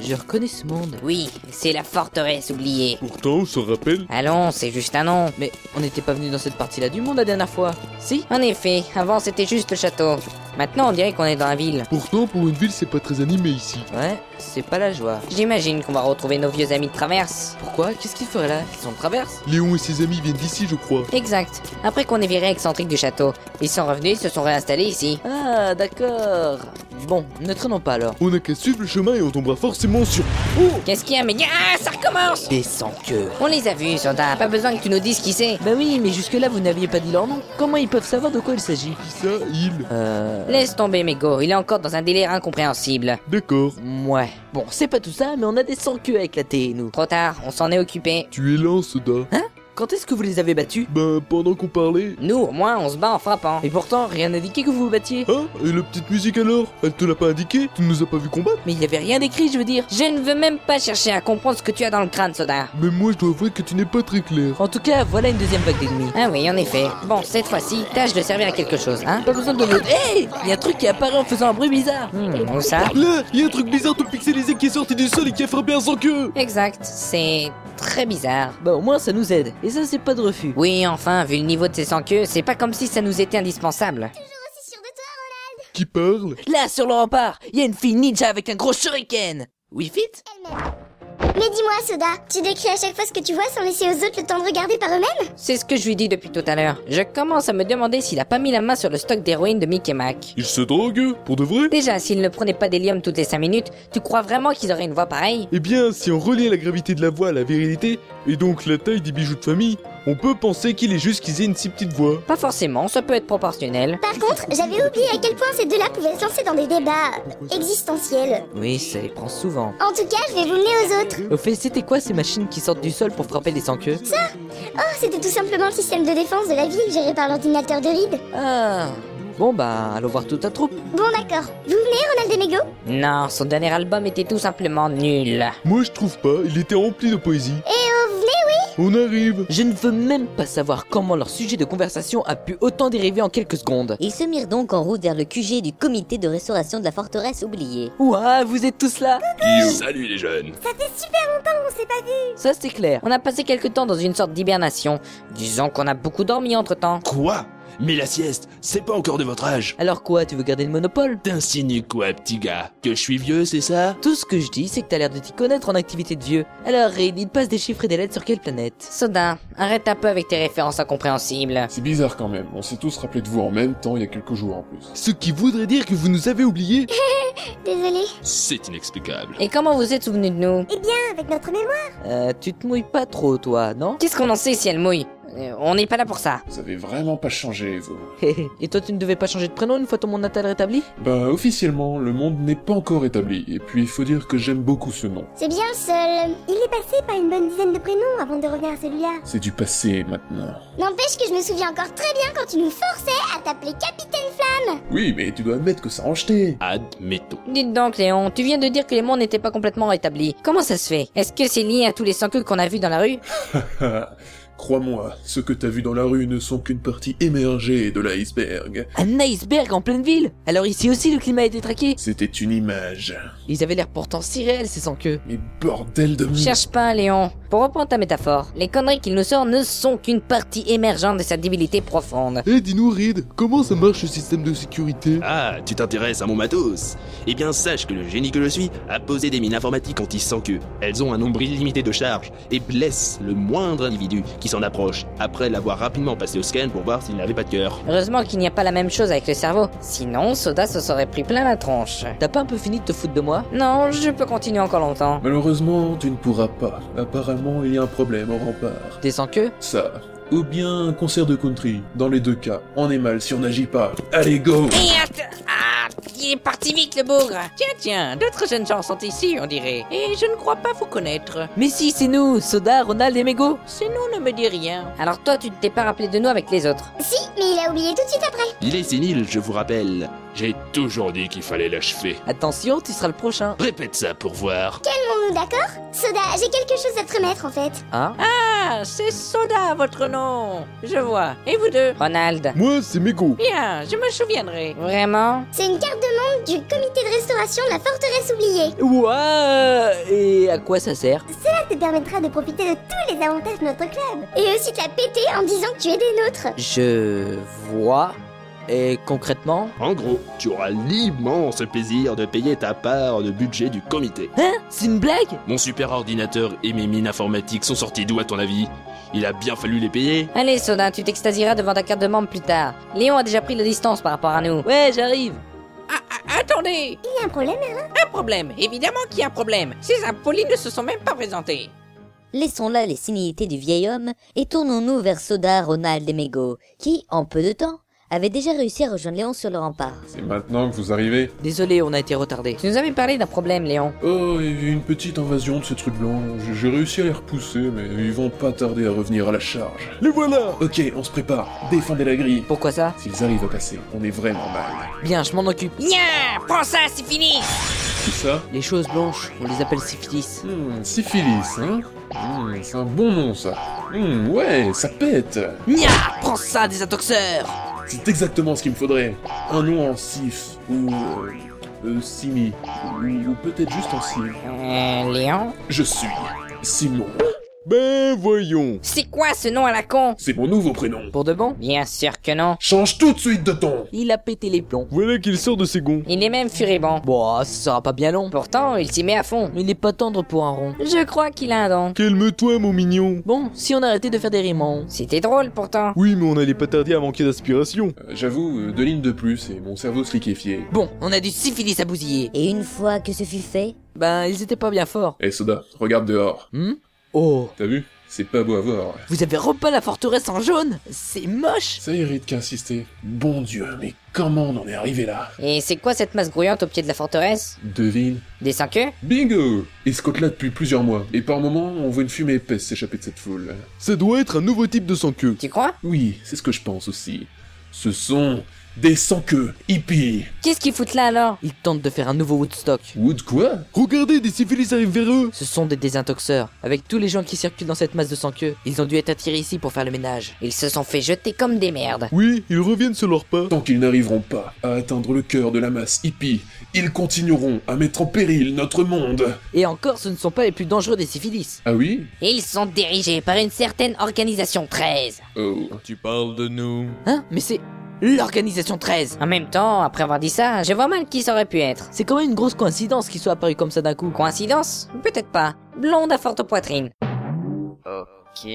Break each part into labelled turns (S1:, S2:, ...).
S1: Je reconnais ce monde.
S2: Oui, c'est la forteresse oubliée.
S3: Pourtant, on se rappelle
S2: Allons, c'est juste un nom.
S1: Mais on n'était pas venu dans cette partie-là du monde la dernière fois. Si
S2: En effet, avant c'était juste le château. Maintenant on dirait qu'on est dans la ville.
S3: Pourtant, pour une ville, c'est pas très animé ici.
S1: Ouais, c'est pas la joie.
S2: J'imagine qu'on va retrouver nos vieux amis de traverse.
S1: Pourquoi Qu'est-ce qu'ils feraient là Ils sont de traverse
S3: Léon et ses amis viennent d'ici, je crois.
S2: Exact. Après qu'on ait viré excentrique du château, ils sont revenus, se sont réinstallés ici.
S1: Ah, d'accord. Bon, ne traînons pas alors.
S3: On n'a qu'à suivre le chemin et on tombera forcément sur... Oh
S2: Qu'est-ce qu'il y a, mais Ah, ça recommence
S1: Des sans-cœur.
S2: On les a vus, Santa. Pas besoin que tu nous dises qui c'est.
S1: Bah oui, mais jusque-là, vous n'aviez pas dit leur nom. Comment ils peuvent savoir de quoi il s'agit
S3: Qui ça Il
S1: Euh...
S2: Laisse tomber, Mego. Il est encore dans un délire incompréhensible.
S3: D'accord.
S1: Ouais. Bon, c'est pas tout ça, mais on a des sans-queues avec la TE, nous.
S2: Trop tard, on s'en est occupé.
S3: Tu es là, Soda.
S1: Quand est-ce que vous les avez battus
S3: Ben, pendant qu'on parlait...
S2: Nous, au moins, on se bat en frappant.
S1: Et pourtant, rien n'indiquait que vous vous battiez.
S3: Ah, et la petite musique alors Elle te l'a pas indiqué Tu ne nous as pas vu combattre
S1: Mais il n'y avait rien d'écrit, je veux dire.
S2: Je ne veux même pas chercher à comprendre ce que tu as dans le crâne, Soda.
S3: Mais moi, je dois avouer que tu n'es pas très clair.
S1: En tout cas, voilà une deuxième vague d'ennemis.
S2: Ah oui, en effet. Bon, cette fois-ci, tâche de servir à quelque chose, hein
S1: Pas besoin de l'autre. Hé Il y a un truc qui apparaît en faisant un bruit bizarre.
S2: Hmm, où ça
S3: Là, il y a un truc bizarre tout pixelisé qui est sorti du sol et qui a frappé un sans queue
S2: Exact, c'est très bizarre.
S1: Bah au moins ça nous aide. Et ça c'est pas de refus.
S2: Oui, enfin, vu le niveau de ces sans queues, c'est pas comme si ça nous était indispensable.
S3: Qui parle
S1: Là sur le rempart, il y a une fille ninja avec un gros shuriken. Oui fit
S4: Mais dis-moi, Soda, tu décris à chaque fois ce que tu vois sans laisser aux autres le temps de regarder par eux-mêmes
S2: C'est ce que je lui dis depuis tout à l'heure. Je commence à me demander s'il a pas mis la main sur le stock d'héroïne de Mickey Mac.
S3: Il se drogue Pour de vrai
S2: Déjà, s'il ne prenait pas d'hélium toutes les 5 minutes, tu crois vraiment qu'ils auraient une voix pareille
S3: Eh bien, si on relie la gravité de la voix à la virilité, et donc la taille des bijoux de famille, on peut penser qu'il est juste qu'ils aient une si petite voix.
S2: Pas forcément, ça peut être proportionnel.
S4: Par contre, j'avais oublié à quel point ces deux-là pouvaient se lancer dans des débats existentiels.
S1: Oui, ça les prend souvent.
S4: En tout cas, je vais vous mener aux autres.
S1: Au fait, c'était quoi ces machines qui sortent du sol pour frapper les sans queues
S4: Oh, c'était tout simplement le système de défense de la ville géré par l'ordinateur de Reed.
S1: Ah Bon bah, allons voir toute ta troupe.
S4: Bon, d'accord. Vous venez, Ronald Demego
S2: Non, son dernier album était tout simplement nul.
S3: Moi, je trouve pas, il était rempli de poésie.
S4: Eh oh, vous venez, oui
S3: On arrive
S1: Je ne veux même pas savoir comment leur sujet de conversation a pu autant dériver en quelques secondes.
S5: Ils se mirent donc en route vers le QG du comité de restauration de la forteresse oubliée.
S1: Ouah, vous êtes tous là
S6: Salut les jeunes
S4: Ça fait super longtemps qu'on s'est pas vu
S1: Ça c'est clair.
S2: On a passé quelque temps dans une sorte d'hibernation. Disons qu'on a beaucoup dormi entre temps.
S6: Quoi Mais la sieste, c'est pas encore de votre âge
S1: Alors quoi, tu veux garder le monopole
S6: T'insinues quoi, petit gars Que je suis vieux, c'est ça
S1: Tout ce que je dis, c'est que t'as l'air de t'y connaître en activité de vieux. Alors, Reed, il passe des chiffres et des lettres sur quelle planète
S2: Soda, arrête un peu avec tes références incompréhensibles.
S7: C'est bizarre quand même, on s'est tous rappelé de vous en même temps il y a quelques jours en plus.
S3: Ce qui voudrait dire que vous nous avez oubliés
S4: Désolée.
S6: C'est inexplicable.
S2: Et comment vous êtes souvenu de nous
S4: Eh bien, avec notre mémoire
S1: Euh, tu te mouilles pas trop, toi, non
S2: Qu'est-ce qu'on en sait si elle mouille Euh, On n'est pas là pour ça.
S7: Vous avez vraiment pas changé, vous.
S1: Et toi, tu ne devais pas changer de prénom une fois ton monde natal rétabli
S7: Bah, officiellement, le monde n'est pas encore établi, et puis il faut dire que j'aime beaucoup ce nom.
S4: C'est bien le seul. Il est passé par une bonne dizaine de prénoms avant de revenir à celui-là.
S7: C'est du passé maintenant.
S4: N'empêche que je me souviens encore très bien quand tu nous forçais à t'appeler Capitaine Flamme
S7: Oui, mais tu dois admettre que ça a enjeté.
S6: Admettons.
S2: Dites donc, Léon, tu viens de dire que les mondes n'étaient pas complètement établis. Comment ça se fait Est-ce que c'est lié à tous les sans-queues qu'on a vus dans la rue
S7: Crois-moi, ce que t'as vu dans la rue ne sont qu'une partie émergée de l'iceberg.
S1: Un iceberg en pleine ville Alors ici aussi, le climat a été traqué
S7: C'était une image.
S1: Ils avaient l'air pourtant si réels, ces sans queues.
S7: Mais bordel de...
S2: Cherche pas, Léon. Pour reprendre ta métaphore, les conneries qu'il nous sort ne sont qu'une partie émergente de sa débilité profonde.
S3: Eh, dis-nous, Reed, comment ça marche le système de sécurité
S6: Ah, tu t'intéresses à mon matos Eh bien, sache que le génie que je suis a posé des mines informatiques anti sans queue. Elles ont un nombre illimité de charges et blessent le moindre individu qui s'en approche après l'avoir rapidement passé au scan pour voir s'il n'avait pas de cœur.
S2: Heureusement qu'il n'y a pas la même chose avec le cerveau. Sinon, Soda se serait pris plein la tronche.
S1: T'as pas un peu fini de te foutre de moi
S2: Non, je peux continuer encore longtemps.
S7: Malheureusement, tu ne pourras pas. Apparemment, il y a un problème au rempart.
S1: Des sans queues
S7: ça. Ou bien un concert de country. Dans les deux cas, on est mal si on n'agit pas. Allez, go
S2: Et att- Ah, il est parti vite le bougre
S8: Tiens, tiens, d'autres jeunes gens sont ici, on dirait. Et je ne crois pas vous connaître.
S1: Mais si, c'est nous Soda, Ronald et Mego
S8: C'est nous ne me dit rien.
S2: Alors toi, tu ne t'es pas rappelé de nous avec les autres.
S4: Si, mais il a oublié tout de suite après.
S6: Il est sénile, je vous rappelle. J'ai toujours dit qu'il fallait l'achever.
S1: Attention, tu seras le prochain.
S6: Répète ça pour voir.
S4: Oh, Calmons-nous, d'accord Soda, j'ai quelque chose à te remettre en fait.
S1: Hein
S8: Ah, Ah, c'est Soda votre nom Je vois. Et vous deux
S2: Ronald.
S3: Moi, c'est Mego.
S8: Bien, je me souviendrai.
S2: Vraiment
S4: C'est une carte de membre du comité de restauration de la forteresse oubliée.
S1: Ouah Et à quoi ça sert
S4: Ça te permettra de profiter de tous les avantages de notre club. Et aussi te la péter en disant que tu es des nôtres.
S1: Je vois. Et concrètement
S6: En gros, tu auras l'immense plaisir de payer ta part de budget du comité.
S1: Hein C'est une blague
S6: Mon super ordinateur et mes mines informatiques sont sortis d'où à ton avis Il a bien fallu les payer
S2: Allez, Soda, tu t'extasieras devant ta carte de membre plus tard. Léon a déjà pris la distance par rapport à nous.
S1: Ouais, j'arrive
S8: Ah, ah, attendez
S4: Il y a un problème, hein
S8: Un problème Évidemment qu'il y a un problème Ces impolis ne se sont même pas présentés
S5: Laissons là les sénilités du vieil homme et tournons-nous vers Soda, Ronald et Mego, qui, en peu de temps, avaient déjà réussi à rejoindre Léon sur le rempart.
S7: C'est maintenant que vous arrivez.
S1: Désolé, on a été retardé.
S2: Tu nous avais parlé d'un problème, Léon.
S7: Oh, il y a eu une petite invasion de ces trucs blancs. J'ai- J'ai réussi à les repousser, mais ils vont pas tarder à revenir à la charge.
S3: Les voilà
S7: Ok, on se prépare. Défendez la grille.
S1: Pourquoi ça
S7: S'ils arrivent à passer, on est vraiment mal.
S1: Bien, je m'en occupe.
S8: Nya Prends ça, c'est fini
S7: Tout ça
S1: Les choses blanches, on les appelle syphilis.
S7: Hmm, syphilis, hein Hmm, C'est un bon nom, ça. Hmm, ouais, ça pète.
S1: Nya Prends ça, des intoxeurs
S7: C'est exactement ce qu'il me faudrait. Un nom en sif, ou... euh, euh, simi, ou, ou peut-être juste en sim.
S2: Euh, Léon
S7: Je suis Simon.
S3: Ben voyons.
S2: C'est quoi ce nom à la con
S7: C'est mon nouveau prénom.
S1: Pour de bon
S2: Bien sûr que non.
S7: Change tout de suite de ton
S1: Il a pété les plombs.
S3: Voilà qu'il sort de ses gonds.
S2: Il est même furibond.
S1: Bon, ah, ça sera pas bien long.
S2: Pourtant, il s'y met à fond.
S1: Il n'est pas tendre pour un rond.
S2: Je crois qu'il a un don.
S3: Calme-toi, mon mignon.
S1: Bon, si on arrêtait de faire des rimes,
S2: C'était drôle pourtant.
S3: Oui, mais on allait pas tarder à manquer d'aspiration.
S7: Euh, J'avoue, euh, deux lignes de plus et mon cerveau se liquéfiait.
S1: Bon, on a du syphilis à bousiller. Eh
S5: Et une fois que ce fut fait,
S1: Ben, ils étaient pas bien forts.
S7: Eh Soda, regarde dehors.
S1: Hmm Oh
S7: T'as vu C'est pas beau à voir.
S1: Vous avez repeint la forteresse en jaune C'est moche
S7: Ça irrite qu'insister. Bon Dieu, mais comment on en est arrivé là
S2: Et c'est quoi cette masse grouillante au pied de la forteresse
S7: Devine.
S2: Des cinq queues
S7: Bingo Escote là depuis plusieurs mois, et par moments, on voit une fumée épaisse s'échapper de cette foule.
S3: Ça doit être un nouveau type de sans-queue.
S2: Tu crois
S7: Oui, c'est ce que je pense aussi. Ce sont des sans-queues, hippies
S2: Qu'est-ce qu'ils foutent là alors
S1: Ils tentent de faire un nouveau Woodstock.
S7: Wood quoi
S3: Regardez, des syphilis arrivent vers eux.
S1: Ce sont des désintoxeurs. Avec tous les gens qui circulent dans cette masse de sans-queue, ils ont dû être attirés ici pour faire le ménage.
S2: Ils se sont fait jeter comme des merdes.
S3: Oui, ils reviennent sur leur pas.
S7: Tant qu'ils n'arriveront pas à atteindre le cœur de la masse hippie, ils continueront à mettre en péril notre monde
S1: Et encore, ce ne sont pas les plus dangereux des syphilis.
S7: Ah oui
S2: Ils sont dirigés par une certaine organisation 13.
S7: Oh.
S6: Tu parles de nous
S1: Hein Mais c'est l'organisation 13
S2: En même temps, après avoir dit ça, je vois mal qui ça aurait pu être.
S1: C'est quand même une grosse coïncidence qu'ils soient apparus comme ça d'un coup.
S2: Coïncidence Peut-être pas. Blonde à forte poitrine.
S9: Ok.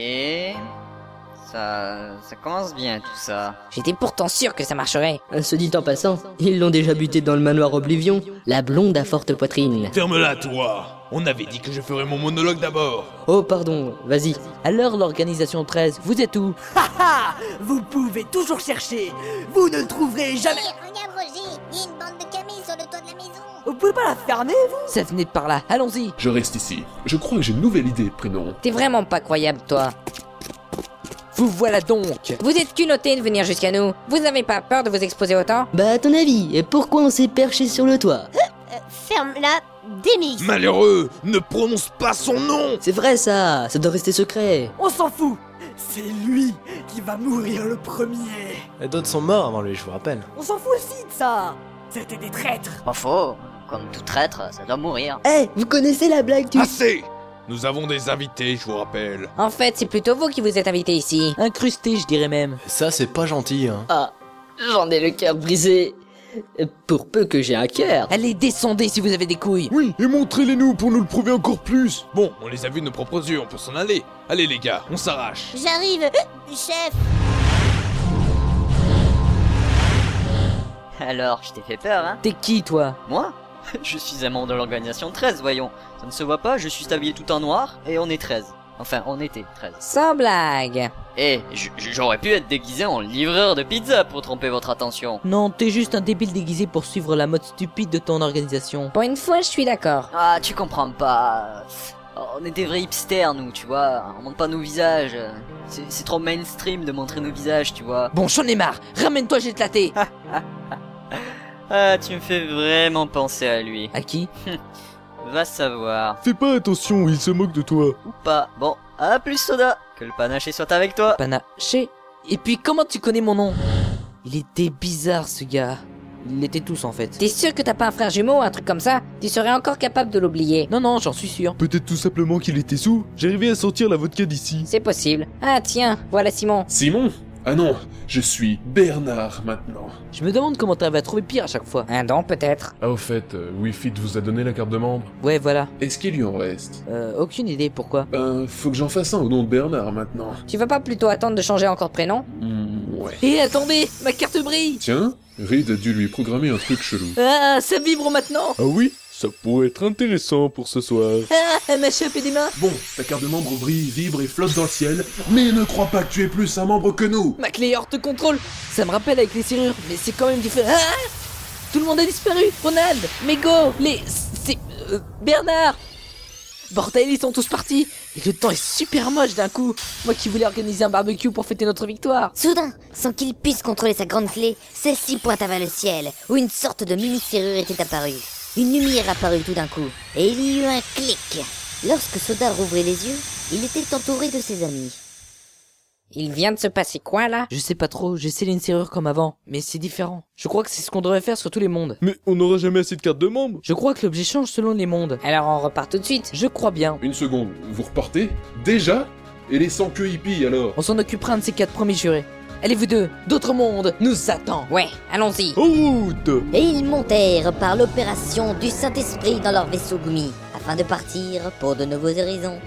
S9: Ça, ça commence bien tout ça.
S2: J'étais pourtant sûr que ça marcherait.
S10: Se dit en passant, ils l'ont déjà buté dans le manoir Oblivion, la blonde à forte poitrine.
S11: Ferme-la, toi On avait dit que je ferais mon monologue d'abord
S10: Oh pardon, vas-y.
S1: Alors l'organisation 13, vous êtes où
S10: Vous pouvez toujours chercher, vous ne le trouverez jamais.
S4: regarde Roger, il y a une bande de caméras sur le toit de la maison.
S10: Vous pouvez pas la fermer, vous
S1: Ça venait de par là, allons-y
S7: Je reste ici. Je crois que j'ai une nouvelle idée, prénom.
S2: T'es vraiment pas croyable, toi.
S1: Vous voilà donc
S2: Vous êtes culotté de venir jusqu'à nous. Vous n'avez pas peur de vous exposer autant
S10: Bah à ton avis, et pourquoi on s'est perché sur le toit
S4: Ferme-la, démise.
S11: Malheureux Ne prononce pas son nom
S10: C'est vrai ça, ça doit rester secret.
S11: On s'en fout C'est lui qui va mourir le premier D'autres sont morts avant lui, je vous rappelle.
S10: On s'en fout aussi de ça. C'était des traîtres.
S9: Pas faux. Comme tout traître, ça doit mourir.
S10: Eh, vous connaissez la blague
S1: Ah.
S10: du
S11: Assez Nous avons des invités, je vous rappelle.
S2: En fait, c'est plutôt vous qui vous êtes invité ici.
S1: Incrusté, je dirais même.
S11: Ça, c'est pas gentil, hein.
S10: Ah, j'en ai le cœur brisé. Euh, Pour peu que j'ai un cœur.
S1: Allez, descendez si vous avez des couilles
S3: Oui, et montrez-les-nous pour nous le prouver encore plus.
S11: Bon, on les a vus de nos propres yeux, on peut s'en aller. Allez, les gars, on s'arrache.
S4: J'arrive, chef.
S9: Alors, je t'ai fait peur, hein
S1: T'es qui, toi
S9: Moi Je suis un membre de l'organisation 13, voyons. Ça ne se voit pas, je suis habillé tout en noir et on est 13. Enfin, on était 13.
S2: Sans blague.
S9: Eh, j- j'aurais pu être déguisé en livreur de pizza pour tromper votre attention.
S1: Non, t'es juste un débile déguisé pour suivre la mode stupide de ton organisation.
S2: Pour une fois, je suis d'accord.
S9: Ah, tu comprends pas. Oh, On est des vrais hipsters, nous, tu vois. On montre pas nos visages. C'est c'est trop mainstream de montrer nos visages, tu vois.
S1: Bon, j'en ai marre Ramène-toi, j'ai éclaté
S9: Ah, tu me fais vraiment penser à lui.
S1: À qui
S9: Va savoir.
S3: Fais pas attention, ils se moquent de toi.
S9: Ou pas. Bon, À plus, Soda Que le panaché soit avec toi
S1: Panaché Et puis comment tu connais mon nom Il était bizarre ce gars. Ils l'étaient tous en fait.
S2: T'es sûr que t'as pas un frère jumeau ou un truc comme ça Tu serais encore capable de l'oublier.
S1: Non, non, j'en suis sûr.
S3: Peut-être tout simplement qu'il était sous. J'arrivais à sortir la vodka d'ici.
S2: C'est possible. Ah tiens, voilà Simon.
S7: Simon Ah non, je suis Bernard maintenant.
S1: Je me demande comment t'arrives à trouver pire à chaque fois.
S2: Un don peut-être.
S12: Ah, au fait, euh, Wifit vous a donné la carte de membre
S1: Ouais, voilà.
S7: Est-ce qu'il lui en reste
S1: Euh, aucune idée pourquoi.
S7: Ben, faut que j'en fasse un au nom de Bernard maintenant.
S2: Tu vas pas plutôt attendre de changer encore de prénom
S7: Hmm, ouais.
S1: Et attendez, ma carte brille
S7: Tiens, Reed a dû lui programmer un truc chelou.
S1: Ah, ça vibre maintenant
S3: Ah oui Ça pourrait être intéressant pour ce soir.
S1: Ah, elle m'a chopé des mains
S7: Bon, ta carte de membre brille, vibre et flotte dans le ciel, mais ne crois pas que tu es plus un membre que nous
S1: Ma clé est hors de contrôle Ça me rappelle avec les serrures, mais c'est quand même différent. Ah Tout le monde a disparu Ronald Mego Les... C'est... euh, Bernard Bordel, ils sont tous partis Et le temps est super moche d'un coup Moi qui voulais organiser un barbecue pour fêter notre victoire
S5: Soudain, sans qu'il puisse contrôler sa grande clé, celle-ci pointa vers le ciel, où une sorte de mini-serrure était apparue. Une lumière apparut tout d'un coup, et il y eut un clic. Lorsque Soda rouvrit les yeux, il était entouré de ses amis.
S2: Il vient de se passer quoi là
S1: Je sais pas trop, j'ai scellé une serrure comme avant, mais c'est différent. Je crois que c'est ce qu'on devrait faire sur tous les mondes.
S3: Mais on n'aura jamais assez de cartes de membre.
S1: Je crois que l'objet change selon les mondes.
S2: Alors on repart tout de suite.
S1: Je crois bien.
S7: Une seconde, vous repartez Déjà Et les 100 queues hippies alors
S1: On s'en occupera un de ces quatre premiers jurés. Allez vous deux, d'autres mondes nous attend.
S2: Ouais, allons-y.
S3: En route
S5: Et ils montèrent par l'opération du Saint-Esprit dans leur vaisseau Gumi, afin de partir pour de nouveaux horizons.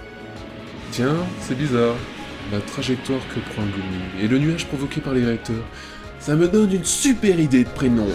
S7: Tiens, c'est bizarre. La trajectoire que prend Gumi et le nuage provoqué par les réacteurs, ça me donne une super idée de prénom.